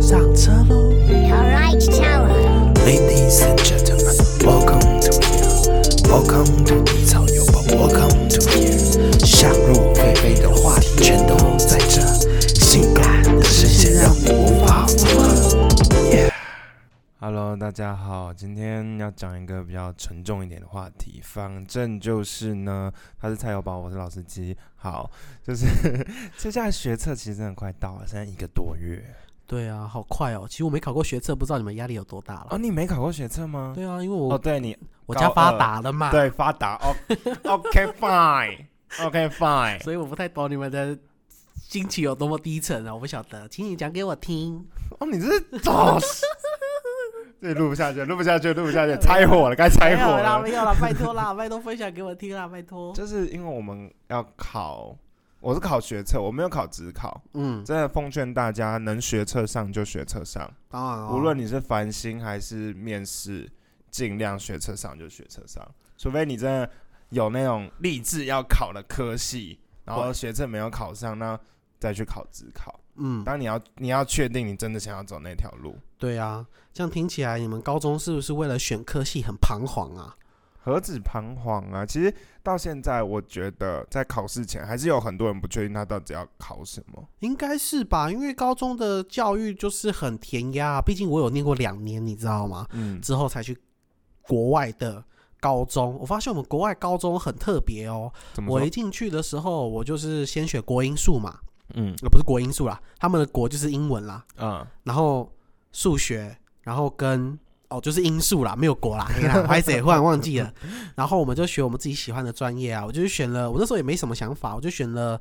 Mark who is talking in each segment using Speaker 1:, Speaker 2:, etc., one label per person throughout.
Speaker 1: 上车喽
Speaker 2: Alright, Tower.
Speaker 1: ，Ladies and gentlemen, welcome to here, welcome to 低潮有宝，welcome to here。想入非非的话题全都在这，性感的声线让你无法负荷。
Speaker 3: Hello，大家好，今天要讲一个比较沉重一点的话题，反正就是呢，他是蔡友宝，我是老司机。好，就是 接下来学测其实真的快到了，现在一个多月
Speaker 4: 对啊，好快哦！其实我没考过学测，不知道你们压力有多大了。
Speaker 3: 哦，你没考过学测吗？
Speaker 4: 对啊，因为我、
Speaker 3: 哦，对你
Speaker 4: 我家
Speaker 3: 高
Speaker 4: 发
Speaker 3: 二
Speaker 4: 达了嘛，，
Speaker 3: 对发达 哦，OK fine，OK fine，
Speaker 4: 所以我不太懂你们的心情有多么低沉啊！我不晓得，请你讲给我听。
Speaker 3: 哦，你这是早 对，录不下去，录不下去，录不下去，拆火了，该拆
Speaker 4: 没
Speaker 3: 火
Speaker 4: 有啦，
Speaker 3: 了
Speaker 4: 没。有啦，拜托啦， 拜托分享给我听啦，拜托。
Speaker 3: 就是因为我们要考，我是考学测，我没有考职考。
Speaker 4: 嗯，
Speaker 3: 真的奉劝大家，能学测上就学测上，
Speaker 4: 当然、哦，
Speaker 3: 无论你是繁星还是面试，尽量学测上就学测上，除非你真的有那种立志要考的科系，然后学测没有考上，那再去考职考。
Speaker 4: 嗯，
Speaker 3: 当你要你要确定你真的想要走那条路，
Speaker 4: 对啊，这样听起来你们高中是不是为了选科系很彷徨啊？
Speaker 3: 何止彷徨啊！其实到现在，我觉得在考试前还是有很多人不确定他到底要考什么。
Speaker 4: 应该是吧，因为高中的教育就是很填鸭啊，毕竟我有念过两年，你知道吗？
Speaker 3: 嗯，
Speaker 4: 之后才去国外的高中。我发现我们国外高中很特别哦。
Speaker 3: 怎么
Speaker 4: 我一
Speaker 3: 说？
Speaker 4: 进去的时候，我就是先学国英数嘛，
Speaker 3: 嗯
Speaker 4: 呃，不是国英数啦，他们的国就是英文啦，
Speaker 3: 啊，
Speaker 4: 然后数学，然后跟哦就是英数啦，没有国啦，哎 呀，拍谁忽然忘记了。然后我们就学我们自己喜欢的专业啊，我就是选了，我那时候也没什么想法，我就选了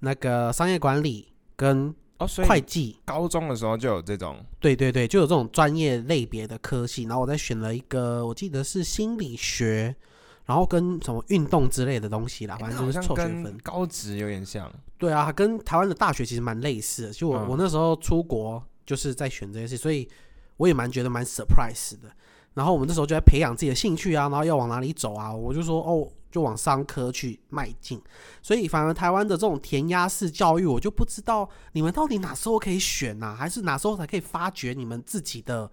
Speaker 4: 那个商业管理跟
Speaker 3: 哦，所以
Speaker 4: 会计。
Speaker 3: 高中的时候就有这种
Speaker 4: 对对对，就有这种专业类别的科系，然后我再选了一个，我记得是心理学，然后跟什么运动之类的东西啦，反
Speaker 3: 那
Speaker 4: 正
Speaker 3: 好
Speaker 4: 就是
Speaker 3: 像
Speaker 4: 凑学
Speaker 3: 跟
Speaker 4: 分。
Speaker 3: 高职有点像，
Speaker 4: 对啊，跟台湾的大学其实蛮类似的。就我、
Speaker 3: 嗯
Speaker 4: 我那时候出国就是在选这些事，所以我也蛮觉得蛮 surprise 的。然后我们那时候就在培养自己的兴趣啊，然后要往哪里走啊，我就说哦，就往商科去迈进。所以反而台湾的这种填鸭式教育，我就不知道你们到底哪时候可以选呐、还是哪时候才可以发掘你们自己的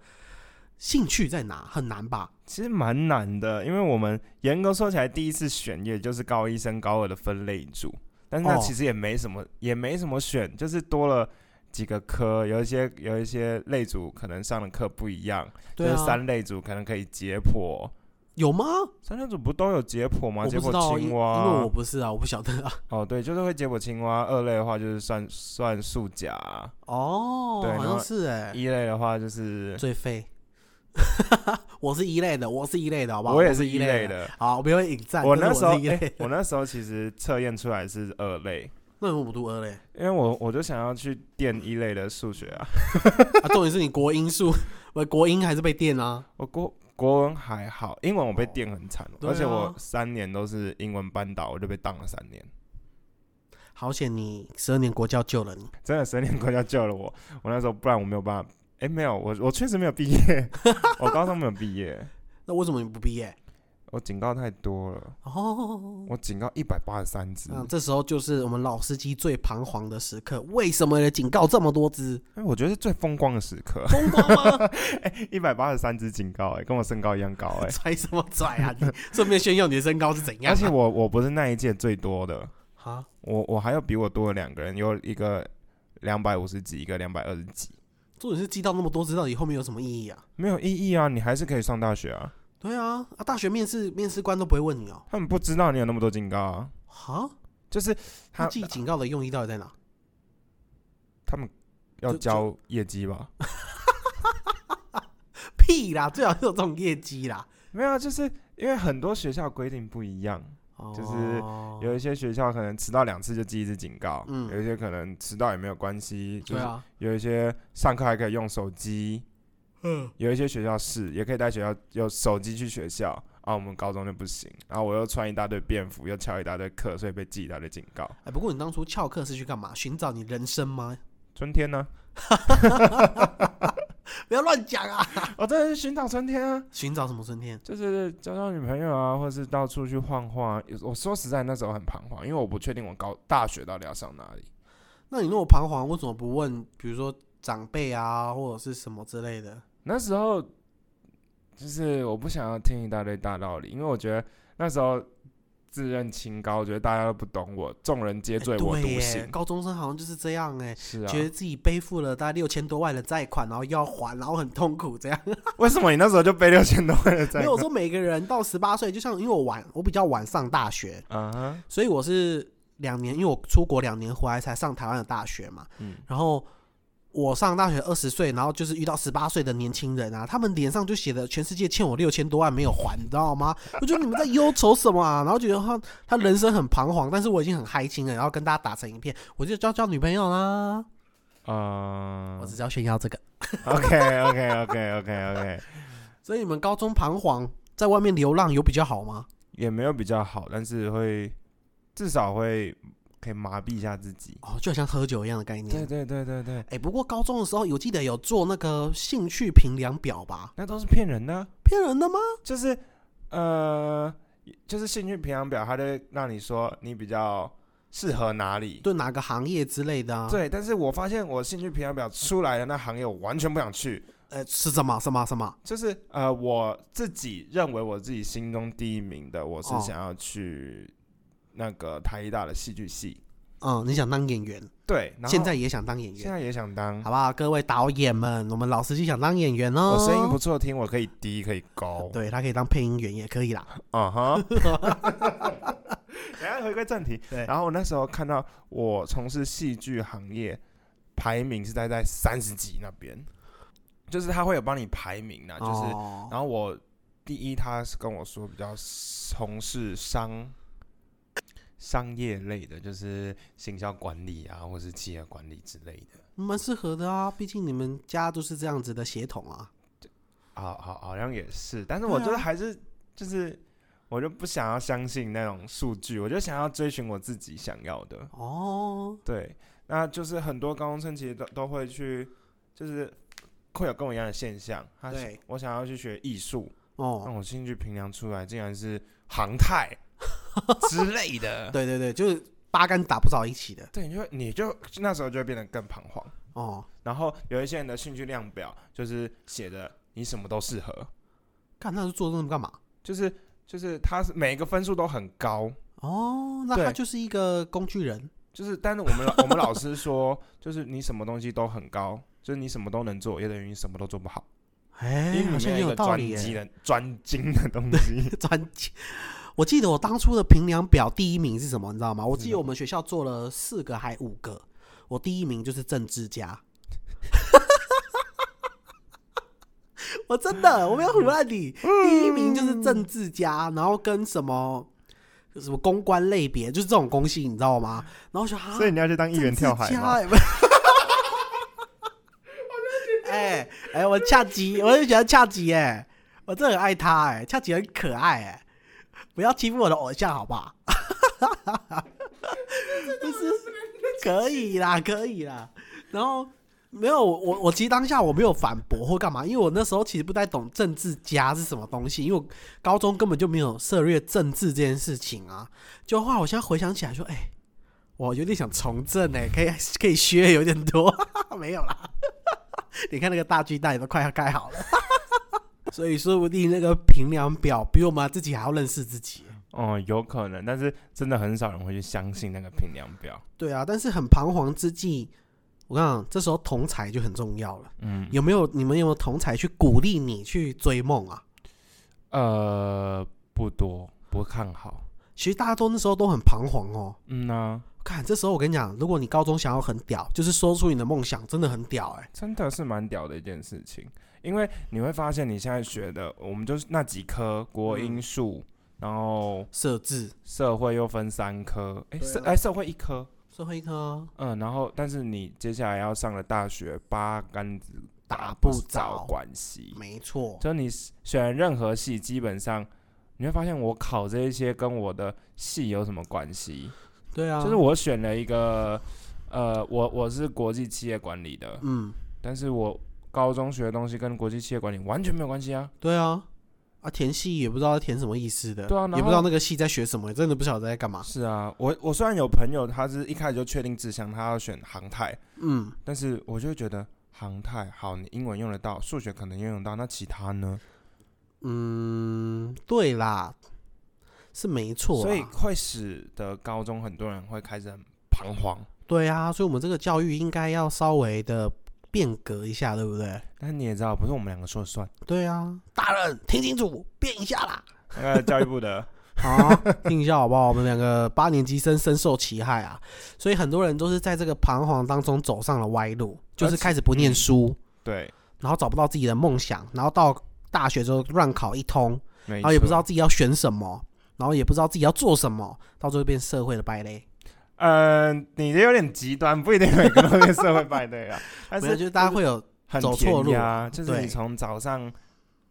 Speaker 4: 兴趣在哪？很难吧？
Speaker 3: 其实蛮难的，因为我们严格说起来，第一次选也就是高一升高二的分类组，但是它
Speaker 4: 哦
Speaker 3: 其实也没什么，也没什么选，就是多了几个科，有一些有一些类组可能上的课不一样，
Speaker 4: 对
Speaker 3: 就
Speaker 4: 啊
Speaker 3: 是，三类组可能可以解剖，
Speaker 4: 有吗？
Speaker 3: 三类组不都有解剖吗？
Speaker 4: 我
Speaker 3: 解
Speaker 4: 不知
Speaker 3: 剖
Speaker 4: 道，因
Speaker 3: 青
Speaker 4: 因为我
Speaker 3: 蛙，
Speaker 4: 不是啊，我不晓得啊。
Speaker 3: 哦对，就是会解剖青蛙。二类的话就是算算数甲，
Speaker 4: 哦
Speaker 3: 对，
Speaker 4: 好
Speaker 3: 然后
Speaker 4: 像是哎、
Speaker 3: 一类的话就是
Speaker 4: 最废。 我是一类的，我是一类的，好不好？
Speaker 3: 我也是
Speaker 4: 是
Speaker 3: 一类
Speaker 4: 类。
Speaker 3: 的。
Speaker 4: 好，我没有引战。
Speaker 3: 我
Speaker 4: 但
Speaker 3: 那
Speaker 4: 是
Speaker 3: 时候，
Speaker 4: 是一类
Speaker 3: 哎
Speaker 4: 的，
Speaker 3: 我那时候其实测验出来是二类，
Speaker 4: 那为什么不读二类？
Speaker 3: 因为我我就想要去垫一类的数学啊，
Speaker 4: 啊，重点是你国英数， 我国英还是被电啊。
Speaker 3: 我国国文还好，英文我被垫很惨，
Speaker 4: 对啊
Speaker 3: 而且我三年都是英文班导，我就被当了三年，
Speaker 4: 好险你十二年国教救了你。
Speaker 3: 真的三年国家救了我，我那时候不然我没有办法，哎、没有，我我确实没有毕业， 我高中没有毕业，
Speaker 4: 那为什么你不毕业？
Speaker 3: 我警告太多了，
Speaker 4: 哦，嗯
Speaker 3: 我警告一百八十三只，
Speaker 4: 那这时候就是我们老司机最彷徨的时刻。为什么你的警告这么 多只？
Speaker 3: 哎我觉得是最风光的时刻，哎
Speaker 4: 风光 吗？
Speaker 3: 一百八十三只警告、哎，跟我身高一样高、 哎。
Speaker 4: 拽什么拽啊？你顺便炫耀你的身高是怎样、
Speaker 3: 而
Speaker 4: 啊？
Speaker 3: 且我我不是那一届最多的，
Speaker 4: 啊，
Speaker 3: 我我还有比我多的两个人，有一个两百五十几，一个两百二十几，
Speaker 4: 重点是记到那么多只，到底后面有什么意义啊？
Speaker 3: 没有意义啊！你还是可以上大学啊。
Speaker 4: 对啊，啊，大学面试面试官都不会问你哦。
Speaker 3: 他们不知道你有那么多警告啊，
Speaker 4: 哈，
Speaker 3: 就是
Speaker 4: 他
Speaker 3: 他
Speaker 4: 记警告的用意到底在哪？
Speaker 3: 他们要
Speaker 4: 就
Speaker 3: 交业绩吧？
Speaker 4: 屁啦，最好是有这种业绩啦。
Speaker 3: 没有啊，就是因为很多学校规定不一样，就是
Speaker 4: 哦
Speaker 3: 有一些学校可能迟到两次就记一次警告，
Speaker 4: 嗯
Speaker 3: 有一些可能迟到也没有关系，就
Speaker 4: 对
Speaker 3: 是
Speaker 4: 啊，
Speaker 3: 有一些上课还可以用手机，
Speaker 4: 嗯，
Speaker 3: 有一些学校是也可以带学校有手机去学校啊，我们高中就不行。然后我又穿一大堆便服，又翘一大堆课，所以被记一大堆警告。
Speaker 4: 哎，不过你当初翘课是去干嘛？寻找你人生吗？
Speaker 3: 春天呢？
Speaker 4: 不要乱讲啊！
Speaker 3: 哦，真的是寻找春天啊，
Speaker 4: 寻找什么春天？
Speaker 3: 就是交交女朋友啊，或是到处去晃晃、啊。有我说实在，那时候很彷徨，因为我不确定我高大学到底要上哪里。
Speaker 4: 那你那么彷徨，为什么不问？比如说长辈啊，或者是什么之类的。
Speaker 3: 那时候就是我不想要听一大堆大道理，因为我觉得那时候自认清高，觉得大家都不懂我，众人皆
Speaker 4: 哎
Speaker 3: 醉我独
Speaker 4: 对耶，
Speaker 3: 醒。
Speaker 4: 高中生好像就是这样哎，
Speaker 3: 是啊
Speaker 4: 觉，得自己背负了大概六千多万的债款，然后要还，然后很痛苦这样。
Speaker 3: 为什么你那时候就背六千多块的债
Speaker 4: 没？有我说每个人到十八岁，就像因为我晚，我比较晚上大学，
Speaker 3: 啊哈，
Speaker 4: 所以我是两年，因为我出国两年回来才上台湾的大学嘛。
Speaker 3: 嗯
Speaker 4: 然后我上大学二十岁，然后就是遇到十八岁的年轻人啊，他们脸上就写的全世界欠我六千多万没有还，你知道吗？我觉得你们在忧愁什么啊？然后觉得他他人生很彷徨，但是我已经很嗨心了，然后跟大家打成一片，我就交交女朋友啦，
Speaker 3: 啊
Speaker 4: 我只是要炫耀这个。
Speaker 3: ，OK OK OK OK OK，
Speaker 4: 所以你们高中彷徨，在外面流浪有比较好吗？
Speaker 3: 也没有比较好，但是会至少会可以麻痹一下自己。
Speaker 4: 哦，就好像喝酒一样的概念
Speaker 3: 对。对对对对，
Speaker 4: 哎、不过高中的时候有记得有做那个兴趣评量表吧？
Speaker 3: 那都是骗人的啊、
Speaker 4: 骗人的吗？
Speaker 3: 就是呃，就是兴趣评量表，它就会让你说你比较适合哪里。
Speaker 4: 对哪个行业之类的啊？，
Speaker 3: 对，但是我发现我兴趣评量表出来的那行业，我完全不想去。
Speaker 4: 呃，是什么什么什么？
Speaker 3: 就是呃，我自己认为我自己心中第一名的，我是
Speaker 4: 哦
Speaker 3: 想要去那个台艺大的戏剧系。
Speaker 4: 嗯，你想当演员，
Speaker 3: 对，然后
Speaker 4: 现在也想当演
Speaker 3: 现
Speaker 4: 员，
Speaker 3: 在也想当，
Speaker 4: 好不好？各位导演们，我们老司机想当演员哦。
Speaker 3: 我声音不错听，我可以低可以高。
Speaker 4: 对他可以当配音员也可以啦。
Speaker 3: 啊 哈。等一下回归正题，
Speaker 4: 对
Speaker 3: 然后我那时候看到我从事戏剧行业排名是待在三十几那边，就是他会有帮你排名的、啊就是、
Speaker 4: 哦、
Speaker 3: 然后我第一他是跟我说比较从事商商业类的，就是行销管理啊，或是企业管理之类的。
Speaker 4: 蛮适合的啊，毕竟你们家都是这样子的血统啊。
Speaker 3: 好好好像也是，但是
Speaker 4: 对
Speaker 3: 我觉得
Speaker 4: 啊
Speaker 3: 还是、就是我就不想要相信那种数据，我就想要追寻我自己想要的。
Speaker 4: 哦，
Speaker 3: 对，那就是很多高中生其实都都会去，就是会有跟我一样的现象。他
Speaker 4: 对
Speaker 3: 我想要去学艺术，那
Speaker 4: 哦，
Speaker 3: 我兴趣评量出来竟然是航 太之类的。
Speaker 4: 对对对，就是八竿打不着一起的。
Speaker 3: 对，你就你就那时候就会变得更彷徨。
Speaker 4: 哦，
Speaker 3: 然后有一些人的兴趣量表就是写的你什么都适合，
Speaker 4: 看那是做这么干嘛？
Speaker 3: 就是就是他是每个分数都很高，
Speaker 4: 哦，那他
Speaker 3: 对
Speaker 4: 就是一个工具人。
Speaker 3: 就是，但是我 们老我们老师说，就是你什么东西都很高，就是你什么都能做，也等于你什么都做不好，因
Speaker 4: 哎
Speaker 3: 为，你
Speaker 4: 好像
Speaker 3: 没有
Speaker 4: 也
Speaker 3: 一
Speaker 4: 有
Speaker 3: 个
Speaker 4: 道
Speaker 3: 专
Speaker 4: 理
Speaker 3: 精
Speaker 4: 耶。
Speaker 3: 的专精的东西。
Speaker 4: 专辑，我记得我当初的评量表第一名是什么，你知道吗？我记得我们学校做了四个还五个，我第一名就是政治家。 我真的我没有唬烂你，第一名就是政治家，然后跟什么什么公关类别，就是这种公信，你知道吗？然后我说哈，
Speaker 3: 所以你要去当议员跳海吗？
Speaker 4: 吗？ 哎哎，我恰吉，我就喜欢恰吉哎，我真的很爱他哎，恰吉很可爱哎，不要欺负我的偶像好不好？ 就是可以啦，可以啦。然后没有我我我其实当下我没有反驳或干嘛，因为我那时候其实不太懂政治家是什么东西，因为我高中根本就没有涉略政治这件事情啊。就后来我现在回想起来说，哎、我有点想从政哎、可以可以削有点多， 没有啦。你看那个大巨蛋也都快要盖好了， 所以说不定那个评量表比我们自己还要认识自己。
Speaker 3: 哦、有可能，但是真的很少人会去相信那个评量表。
Speaker 4: 对啊，但是很彷徨之际，我跟你讲，这时候同才就很重要了。
Speaker 3: 嗯，
Speaker 4: 有没有你们有没有同才去鼓励你去追梦啊？
Speaker 3: 呃，不多，不看好。
Speaker 4: 其实大家都那时候都很彷徨哦。
Speaker 3: 嗯呐、
Speaker 4: 看，这时候我跟你讲，如果你高中想要很屌，就是说出你的梦想，真的很屌哎、
Speaker 3: 真的是蛮屌的一件事情，因为你会发现你现在学的，我们就是那几科国英
Speaker 4: 嗯
Speaker 3: 数，然后
Speaker 4: 设置
Speaker 3: 社会又分三科，哎、
Speaker 4: 对啊
Speaker 3: 社哎、社会一科，
Speaker 4: 社会科啊
Speaker 3: 嗯，然后但是你接下来要上了大学，八竿子
Speaker 4: 打
Speaker 3: 不
Speaker 4: 不着，
Speaker 3: 关系，
Speaker 4: 没错，
Speaker 3: 就你选任何系，基本上你会发现我考这一些跟我的系有什么关系？
Speaker 4: 对啊，
Speaker 3: 就是我选了一个，呃，我我是国际企业管理的，
Speaker 4: 嗯，
Speaker 3: 但是我高中学的东西跟国际企业管理完全没有关系啊。
Speaker 4: 对啊，啊，填系也不知道填什么意思的，
Speaker 3: 对啊然后
Speaker 4: 也不知道那个系在学什么，真的不晓得在干嘛。
Speaker 3: 是啊，我我虽然有朋友，他是一开始就确定志向，他要选航太，
Speaker 4: 嗯，
Speaker 3: 但是我就会觉得航太，好，你英文用得到，数学可能用得到，那其他呢？
Speaker 4: 嗯，对啦，是啊没错啦。
Speaker 3: 所以会使得高中很多人会开始很彷徨。
Speaker 4: 对啊，所以我们这个教育应该要稍微的变革一下，对不对？
Speaker 3: 但你也知道，不是我们两个说了 算，
Speaker 4: 对啊，大人听清楚，变一下啦！
Speaker 3: 那个教育部的
Speaker 4: 啊，听一下好不好？我们两个八年级生深受其害啊，所以很多人都是在这个彷徨当中走上了歪路，就是开始不
Speaker 3: 嗯
Speaker 4: 念书，
Speaker 3: 对，
Speaker 4: 然后找不到自己的梦想，然后到大学之后乱考一通，
Speaker 3: 没
Speaker 4: 然啊后也不知
Speaker 3: 错
Speaker 4: 道自己要选什么，然后也不知道自己要做什么，到最后变社会的败类。
Speaker 3: 呃，你这有点极端，不一定每个都是社会败类 啊，但
Speaker 4: 没有
Speaker 3: 是
Speaker 4: 就是大家会有
Speaker 3: 很
Speaker 4: 走
Speaker 3: 便
Speaker 4: 错路
Speaker 3: 宜啊，就是
Speaker 4: 对
Speaker 3: 你从早上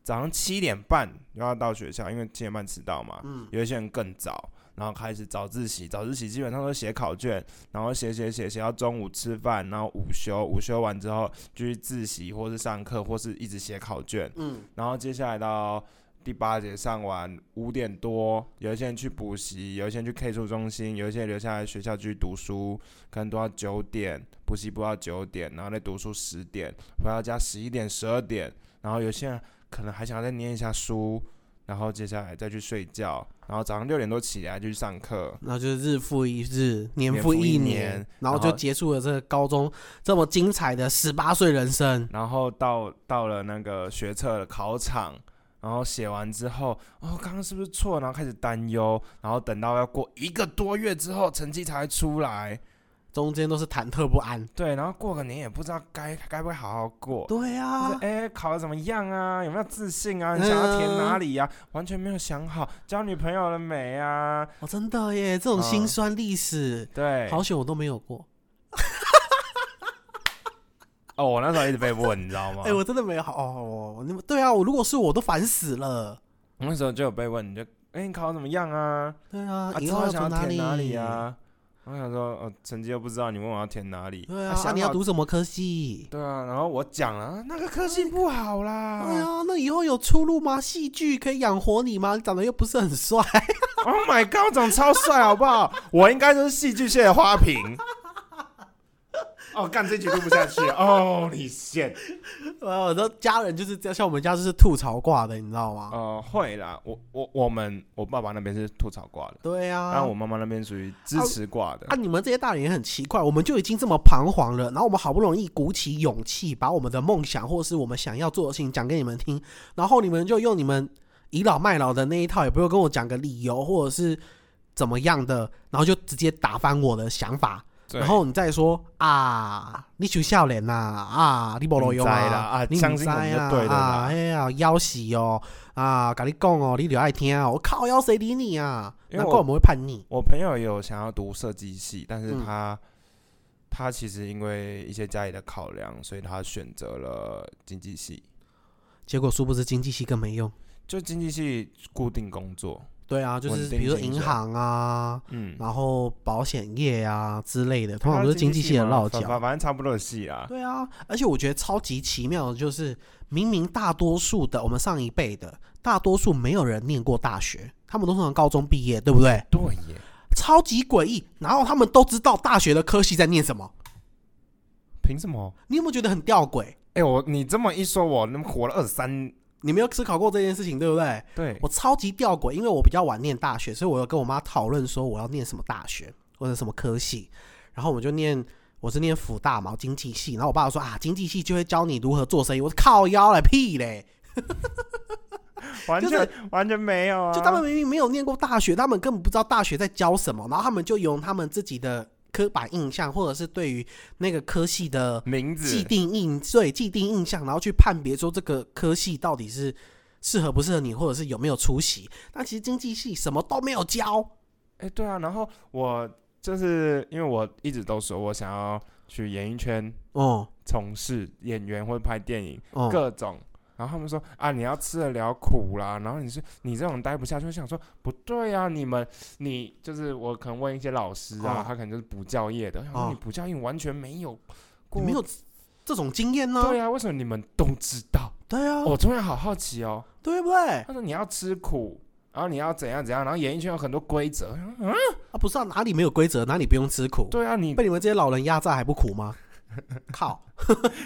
Speaker 3: 早上七点半就要到学校，因为七点半迟到嘛，
Speaker 4: 嗯
Speaker 3: 有一些人更早，然后开始早自习，早自习基本上都写考卷，然后写写写写到中午吃饭，然后午休，午休完之后继续自习或是上课或是一直写考卷，
Speaker 4: 嗯，
Speaker 3: 然后接下来到第八节上完五点多，有一些人去补习，有一些人去 K 书中心，有一些人留下来学校继续读书，可能读到九点，补习补到九点，然后再读书十点，回到家十一点、十二点，然后有些人可能还想要再念一下书，然后接下来再去睡觉，然后早上六点多起来就去上课。
Speaker 4: 然后就是日复一日，年
Speaker 3: 年
Speaker 4: 复
Speaker 3: 复一
Speaker 4: 一
Speaker 3: 年
Speaker 4: 然后
Speaker 3: 然
Speaker 4: 就
Speaker 3: 后
Speaker 4: 结束了这个高中这么精彩的十八岁人生。
Speaker 3: 然后到到了那个学测的考场，然后写完之后，哦，刚刚是不是错？然后开始担忧，然后等到要过一个多月之后，成绩才会出来。
Speaker 4: 中间都是忐忑不安。
Speaker 3: 对，然后过个年也不知道该该不该好好过。
Speaker 4: 对
Speaker 3: 就是
Speaker 4: 啊，嗯
Speaker 3: 哎、考的怎么样啊？有没有自信啊？你想要填哪里呀、完全没有想好，交女朋友了没啊？
Speaker 4: 哦，真的耶，这种辛酸历史，
Speaker 3: 嗯对，
Speaker 4: 好险我都没有过。
Speaker 3: 哦，我那时候一直被问，你知道吗？
Speaker 4: 哎、我真的没有好哦，我你们对啊，我如果是我都烦死了。
Speaker 3: 我那时候就有被问，你就哎、你考得怎么样啊？
Speaker 4: 对啊，
Speaker 3: 啊，
Speaker 4: 以
Speaker 3: 之
Speaker 4: 后
Speaker 3: 后
Speaker 4: 要
Speaker 3: 想
Speaker 4: 读
Speaker 3: 要
Speaker 4: 里？
Speaker 3: 填哪里？啊？我想说，哦，成绩又不知道，你问我要填哪里？
Speaker 4: 对啊，
Speaker 3: 想
Speaker 4: 啊你要
Speaker 3: 好
Speaker 4: 读什么科系？
Speaker 3: 对啊，然后我讲了，啊那个科系不好啦。
Speaker 4: 对啊，那以后有出路吗？戏剧可以养活你吗？你长得又不是很帅，
Speaker 3: Oh my god，我长得超帅，好不好？我应该就是戏剧系的花瓶。哦，干这局录不下去哦，你现
Speaker 4: 呃，我的家人就是这样，像我们家就是吐槽挂的，你知道吗？
Speaker 3: 呃会啦，我我我们我爸爸那边是吐槽挂的，
Speaker 4: 对啊，
Speaker 3: 但我妈妈那边属于支持挂的
Speaker 4: 啊，。你们这些大人也很奇怪，我们就已经这么彷徨了，然后我们好不容易鼓起勇气，把我们的梦想或是我们想要做的事情讲给你们听，然后你们就用你们倚老卖老的那一套，也不用跟我讲个理由或者是怎么样的，然后就直接打翻我的想法，
Speaker 3: 对
Speaker 4: 然后你再说啊，你取笑脸呐啊，你无路用
Speaker 3: 你不知啦
Speaker 4: 啊
Speaker 3: 啊，
Speaker 4: 你
Speaker 3: 相信我们就对了啦
Speaker 4: 啊，哎呀，夭死哦啊，跟你讲哦，你就爱听哦，我靠，要谁理你啊？
Speaker 3: 因为
Speaker 4: 难怪
Speaker 3: 我
Speaker 4: 我们会叛逆，
Speaker 3: 我朋友有想要读设计系，但是
Speaker 4: 嗯
Speaker 3: 他、他其实因为一些家里的考量，所以他选择了经济系。
Speaker 4: 结果殊不知经济系更没用。
Speaker 3: 就经济系固定工作，
Speaker 4: 对啊，就是
Speaker 3: 稳定
Speaker 4: 比如说
Speaker 3: 薪
Speaker 4: 银
Speaker 3: 水
Speaker 4: 行啊，
Speaker 3: 嗯，
Speaker 4: 然后保险业啊之类的，通常
Speaker 3: 他
Speaker 4: 都是经济系的
Speaker 3: 嘛
Speaker 4: 落
Speaker 3: 反反
Speaker 4: 脚。
Speaker 3: 反正差不多的系啊。
Speaker 4: 对啊，而且我觉得超级奇妙的就是，明明大多数的我们上一辈的，大多数没有人念过大学，他们都是从高中毕业，对不对？
Speaker 3: 对耶，
Speaker 4: 超级诡异。然后他们都知道大学的科系在念什么，
Speaker 3: 凭什么？
Speaker 4: 你有没有觉得很吊诡？
Speaker 3: 哎、我你这么一说我，那么活了二三，
Speaker 4: 你没有思考过这件事情，对不对？
Speaker 3: 对
Speaker 4: 我，超级吊诡，因为我比较晚念大学，所以我有跟我妈讨论说我要念什么大学或者什么科系，然后我就念。我是念辅大嘛，经济系，然后我爸说啊，经济系就会教你如何做生意。我说靠腰嘞，屁嘞！
Speaker 3: 完全、
Speaker 4: 就
Speaker 3: 完全没有啊。
Speaker 4: 就他们明明没有念过大学，他们根本不知道大学在教什么，然后他们就用他们自己的刻板印象，或者是对于那个科系的
Speaker 3: 名
Speaker 4: 既
Speaker 3: 字
Speaker 4: 定印对既定印象，然后去判别说这个科系到底是适合不适合你，或者是有没有出息。但其实经济系什么都没有教，
Speaker 3: 哎、对啊，然后我就是因为我一直都说我想要去演艺圈
Speaker 4: 哦
Speaker 3: 从事演员或者拍电影、
Speaker 4: 哦，
Speaker 3: 各种，然后他们说啊你要吃得了苦啦，然后你是你这种待不下去，我想说不对啊，你们你就是我可能问一些老师啊，
Speaker 4: 哦
Speaker 3: 他可能就是补教业的，我想说
Speaker 4: 哦
Speaker 3: 你补教业完全没有
Speaker 4: 你
Speaker 3: 过，
Speaker 4: 没有这种经验呢、
Speaker 3: 对啊，为什么你们都知道？
Speaker 4: 对啊，
Speaker 3: 我突然好好奇哦，
Speaker 4: 对不对？啊，
Speaker 3: 他说你要吃苦，然后你要怎样怎样，然后演艺圈有很多规则。嗯，
Speaker 4: 啊不是啊，哪里没有规则，哪里不用吃苦？
Speaker 3: 对啊，你
Speaker 4: 被你们这些老人压榨还不苦吗？靠，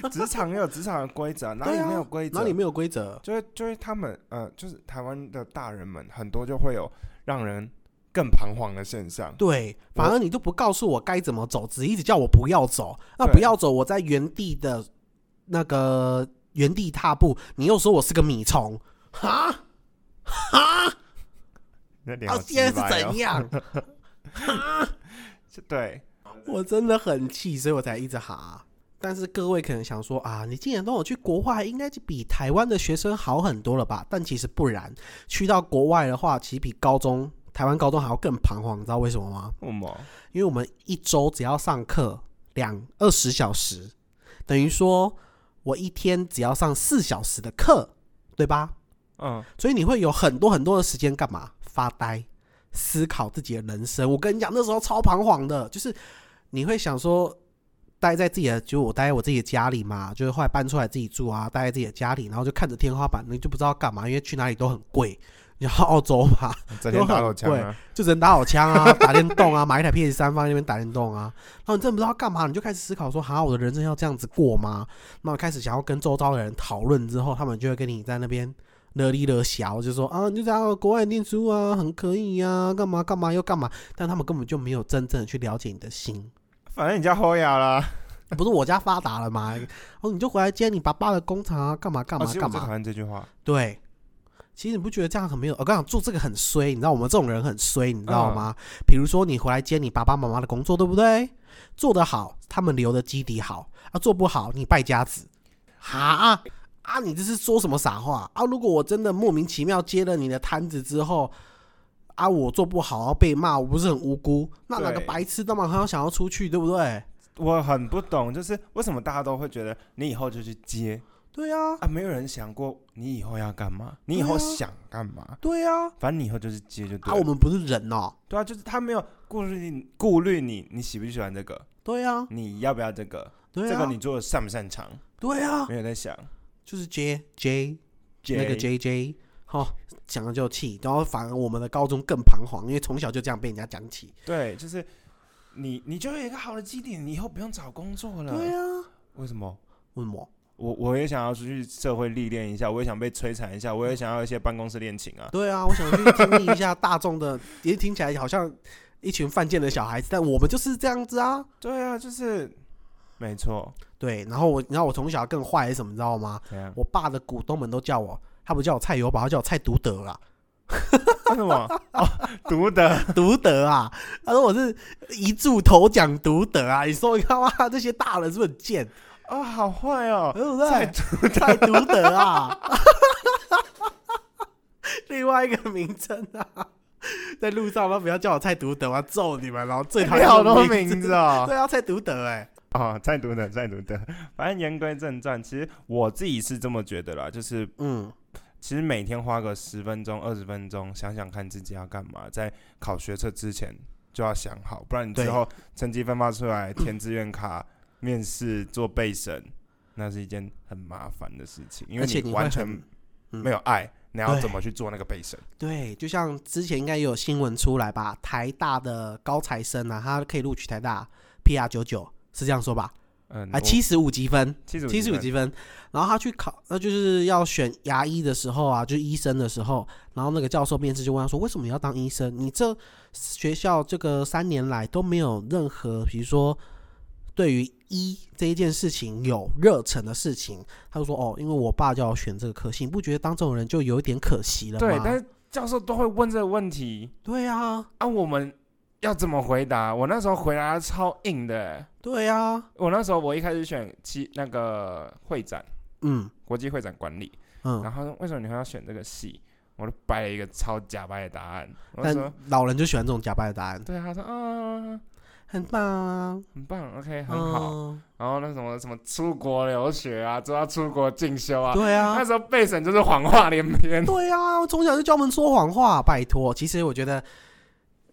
Speaker 3: 职场也有职场的规则，哪里
Speaker 4: 对啊
Speaker 3: 没有规则？
Speaker 4: 哪里没有规则？
Speaker 3: 就是就是他们呃，就是台湾的大人们很多就会有让人更彷徨的现象。
Speaker 4: 对，反
Speaker 3: 我
Speaker 4: 而你都不告诉我该怎么走，只一直叫我不要走。那
Speaker 3: 对
Speaker 4: 不要走，我在原地的那个原地踏步，你又说我是个米虫，哈哈，
Speaker 3: 那脸
Speaker 4: 啊
Speaker 3: 好，鸡
Speaker 4: 现在是
Speaker 3: 掰哦
Speaker 4: 怎？样？
Speaker 3: 对，
Speaker 4: 我真的很气，所以我才一直哈。但是各位可能想说啊，你既然让我去国外，应该就比台湾的学生好很多了吧？但其实不然，去到国外的话，其实比高中台湾高中还要更彷徨，你知道为什么吗？
Speaker 3: 为什么？
Speaker 4: 因为我们一周只要上课两二十小时，等于说我一天只要上四小时的课，对吧？
Speaker 3: 嗯，
Speaker 4: 所以你会有很多很多的时间干嘛？发呆，思考自己的人生。我跟你讲，那时候超彷徨的，就是你会想说，待在自己的，就我待在我自己的家里嘛，就是后来搬出来自己住啊，待在自己的家里，然后就看着天花板，你就不知道干嘛，因为去哪里都很贵。你知道澳洲嘛，
Speaker 3: 整天打手枪啊，
Speaker 4: 就只能打手枪啊，打电动啊，买一台 PS 三放在那边打电动啊。然后你真的不知道干嘛，你就开始思考说：哈，我的人生要这样子过吗？那我开始想要跟周遭的人讨论之后，他们就会跟你在那边勒里勒小，就说啊，你就在国外念书啊，很可以啊，干嘛干嘛又干嘛。但他们根本就没有真正的去了解你的心。
Speaker 3: 反正你家侯雅啦。
Speaker 4: 不是我家发达了吗？哦，你就回来接你爸爸的工厂啊，干嘛干
Speaker 3: 哦
Speaker 4: 嘛
Speaker 3: 其实我
Speaker 4: 干
Speaker 3: 最
Speaker 4: 嘛
Speaker 3: 讨。厌这句话，
Speaker 4: 对，其实你不觉得这样很没有？我刚讲做这个很衰，你知道我们这种人很衰，你知道吗？
Speaker 3: 嗯
Speaker 4: 比如说你回来接你爸爸妈妈的工作，对不对？做得好，他们留的基底好啊；做不好，你败家子。哈啊啊！你这是说什么傻话啊？如果我真的莫名其妙接了你的摊子之后。啊！我做不好，要被骂，我不是很无辜？那哪个
Speaker 3: 对
Speaker 4: 白痴他妈还要想要出去，对不对？
Speaker 3: 我很不懂，就是为什么大家都会觉得你以后就去接
Speaker 4: 对啊，
Speaker 3: 啊？没有人想过你以后要干嘛，你以
Speaker 4: 对啊
Speaker 3: 后想干嘛？
Speaker 4: 对啊，
Speaker 3: 反正你以后就是接就
Speaker 4: 啊！
Speaker 3: 对
Speaker 4: 我
Speaker 3: 了。
Speaker 4: 们不是人哦、
Speaker 3: 对啊，就是他没有顾虑你，顾虑你，你喜不喜欢这个，
Speaker 4: 对啊，
Speaker 3: 你要不要这个，
Speaker 4: 对啊，
Speaker 3: 这个你做的擅不擅长，
Speaker 4: 对啊，
Speaker 3: 没有在想。
Speaker 4: 就是接接那个
Speaker 3: J
Speaker 4: J J，好、讲了就气，然后反而我们的高中更彷徨，因为从小就这样被人家讲起。
Speaker 3: 对，就是你，你就有一个好的基点，你以后不用找工作了。
Speaker 4: 对
Speaker 3: 啊，
Speaker 4: 啊，
Speaker 3: 为什么？
Speaker 4: 为什么？
Speaker 3: 我我也想要出去社会历练一下，我也想被摧残一下，我也想要一些办公室恋情啊。
Speaker 4: 对啊，我想去经历一下大众的，也听起来好像一群犯贱的小孩子，但我们就是这样子啊。
Speaker 3: 对啊，就是没错，
Speaker 4: 对，然后我，你知道我从小更坏是什么，你知道吗？
Speaker 3: 怎 样？
Speaker 4: 我爸的股东们都叫我，他不叫我蔡友宝，他叫我蔡独德啦，
Speaker 3: 为什么？哦，读的，
Speaker 4: 独德啊，他说我是一注头奖独德啊，你说你看哇，这些大人是不是很贱？
Speaker 3: 哦，好坏哦。
Speaker 4: 对不对？
Speaker 3: 蔡
Speaker 4: 蔡独德啊， 另外一个名称啊，在路上都不要叫我蔡独德，我要揍你们！然后最讨
Speaker 3: 你
Speaker 4: 厌
Speaker 3: 好
Speaker 4: 这
Speaker 3: 多
Speaker 4: 个
Speaker 3: 名字哦。
Speaker 4: 对啊，蔡独德哎、
Speaker 3: 哦，再读的，再读的。反正言归正传，其实我自己是这么觉得啦，就是
Speaker 4: 嗯，
Speaker 3: 其实每天花个十分钟、二十分钟，想想看自己要干嘛，在考学测之前就要想好，不然你
Speaker 4: 对
Speaker 3: 之后成绩分发出来，填志愿卡、面试、做备审，那是一件很麻烦的事情，因为
Speaker 4: 而且你会
Speaker 3: 完全
Speaker 4: 很嗯
Speaker 3: 没有爱，你要
Speaker 4: 对
Speaker 3: 怎么去做那个备审？
Speaker 4: 对，就像之前应该也有新闻出来吧，台大的高材生啊，他可以录取台大 PR 九九，是这样说吧？
Speaker 3: 嗯，
Speaker 4: 啊，七十五积分，
Speaker 3: 七十
Speaker 4: 七十五积分。然后他去考，那就是要选牙医的时候啊，就是医生的时候，然后那个教授面试就问他说：“为什么你要当医生？你这学校这个三年来都没有任何，比如说对于医这一件事情有热忱的事情。”他就说：“哦，因为我爸叫我选这个科系，你不觉得当这种人就有一点可惜了吗？”
Speaker 3: 对，但是教授都会问这个问题
Speaker 4: 对啊，
Speaker 3: 啊，我们要怎么回答？我那时候回答超硬的、欸
Speaker 4: 对啊，
Speaker 3: 我那时候我一开始选七那个会展，
Speaker 4: 嗯
Speaker 3: 国际会展管理。
Speaker 4: 嗯
Speaker 3: 然。后他说为什么你会要选这个系？我就掰了一个超假掰的答案。我就
Speaker 4: 但
Speaker 3: 说
Speaker 4: 老人就喜欢这种假扮的答案，
Speaker 3: 对，他说啊，
Speaker 4: 很棒啊，
Speaker 3: 很棒，OK，很好。
Speaker 4: 嗯
Speaker 3: 然后那什么什么出国留学啊，之后要出国进修啊，
Speaker 4: 对啊，
Speaker 3: 那时候备审就是谎话连篇。
Speaker 4: 对啊，我从小就教我们说谎话，拜托。其实我觉得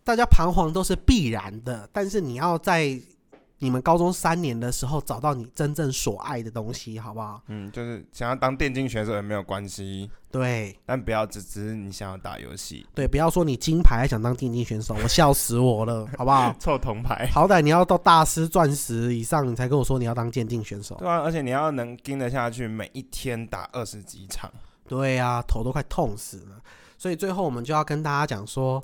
Speaker 4: 大家彷徨都是必然的，但是你要在你们高中三年的时候找到你真正所爱的东西，好不好？
Speaker 3: 嗯，就是想要当电竞选手也没有关系，
Speaker 4: 对
Speaker 3: 但不要只只是你想要打游戏
Speaker 4: 对，不要说你金牌还想当电竞选手，我笑死我了，好不好？
Speaker 3: 凑铜牌。
Speaker 4: 好歹你要到大师、钻石以上，你才跟我说你要当电竞选手。
Speaker 3: 对啊，而且你要能盯得下去，每一天打二十几场。
Speaker 4: 对啊，头都快痛死了。所以最后我们就要跟大家讲说，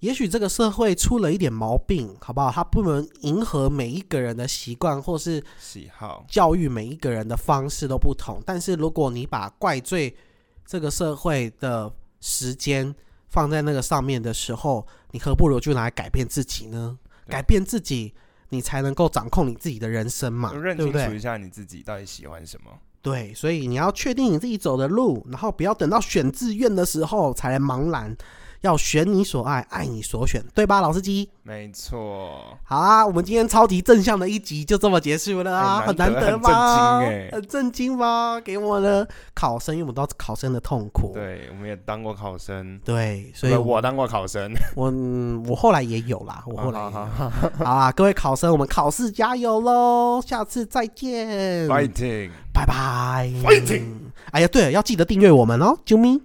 Speaker 4: 也许这个社会出了一点毛病，好不好？它不能迎合每一个人的习惯，或是
Speaker 3: 喜好，
Speaker 4: 教育每一个人的方式都不同，但是如果你把怪罪这个社会的时间放在那个上面的时候，你何不如就拿来改变自己呢？
Speaker 3: 对
Speaker 4: 改变自己，你才能够掌控你自己的人生嘛，
Speaker 3: 就认
Speaker 4: 对不
Speaker 3: 清楚
Speaker 4: 对
Speaker 3: 一？下你自己到底喜欢什么。
Speaker 4: 对，所以你要确定你自己走的路，然后不要等到选志愿的时候才来茫然，要选你所爱，爱你所选，对吧，老司机？
Speaker 3: 没错，
Speaker 4: 好啊，我们今天超级正向的一集就这么结束了啊，
Speaker 3: 哎
Speaker 4: 很
Speaker 3: 难
Speaker 4: 难
Speaker 3: 得
Speaker 4: 得吧？
Speaker 3: 很震惊哎
Speaker 4: 很震惊吧？给我的考生，因为我们都知道考生的痛苦。
Speaker 3: 对，我们也当过考生，
Speaker 4: 对所以
Speaker 3: 不
Speaker 4: 我
Speaker 3: 我当过考生，
Speaker 4: 我嗯我后来也有啦，我后来也
Speaker 3: 好
Speaker 4: 有
Speaker 3: 好好
Speaker 4: 好啊，各位考生，我们考试加油喽，下次再见，
Speaker 3: ，fighting。
Speaker 4: 拜拜，哎呀，对了，要记得订阅我们哦，啾咪。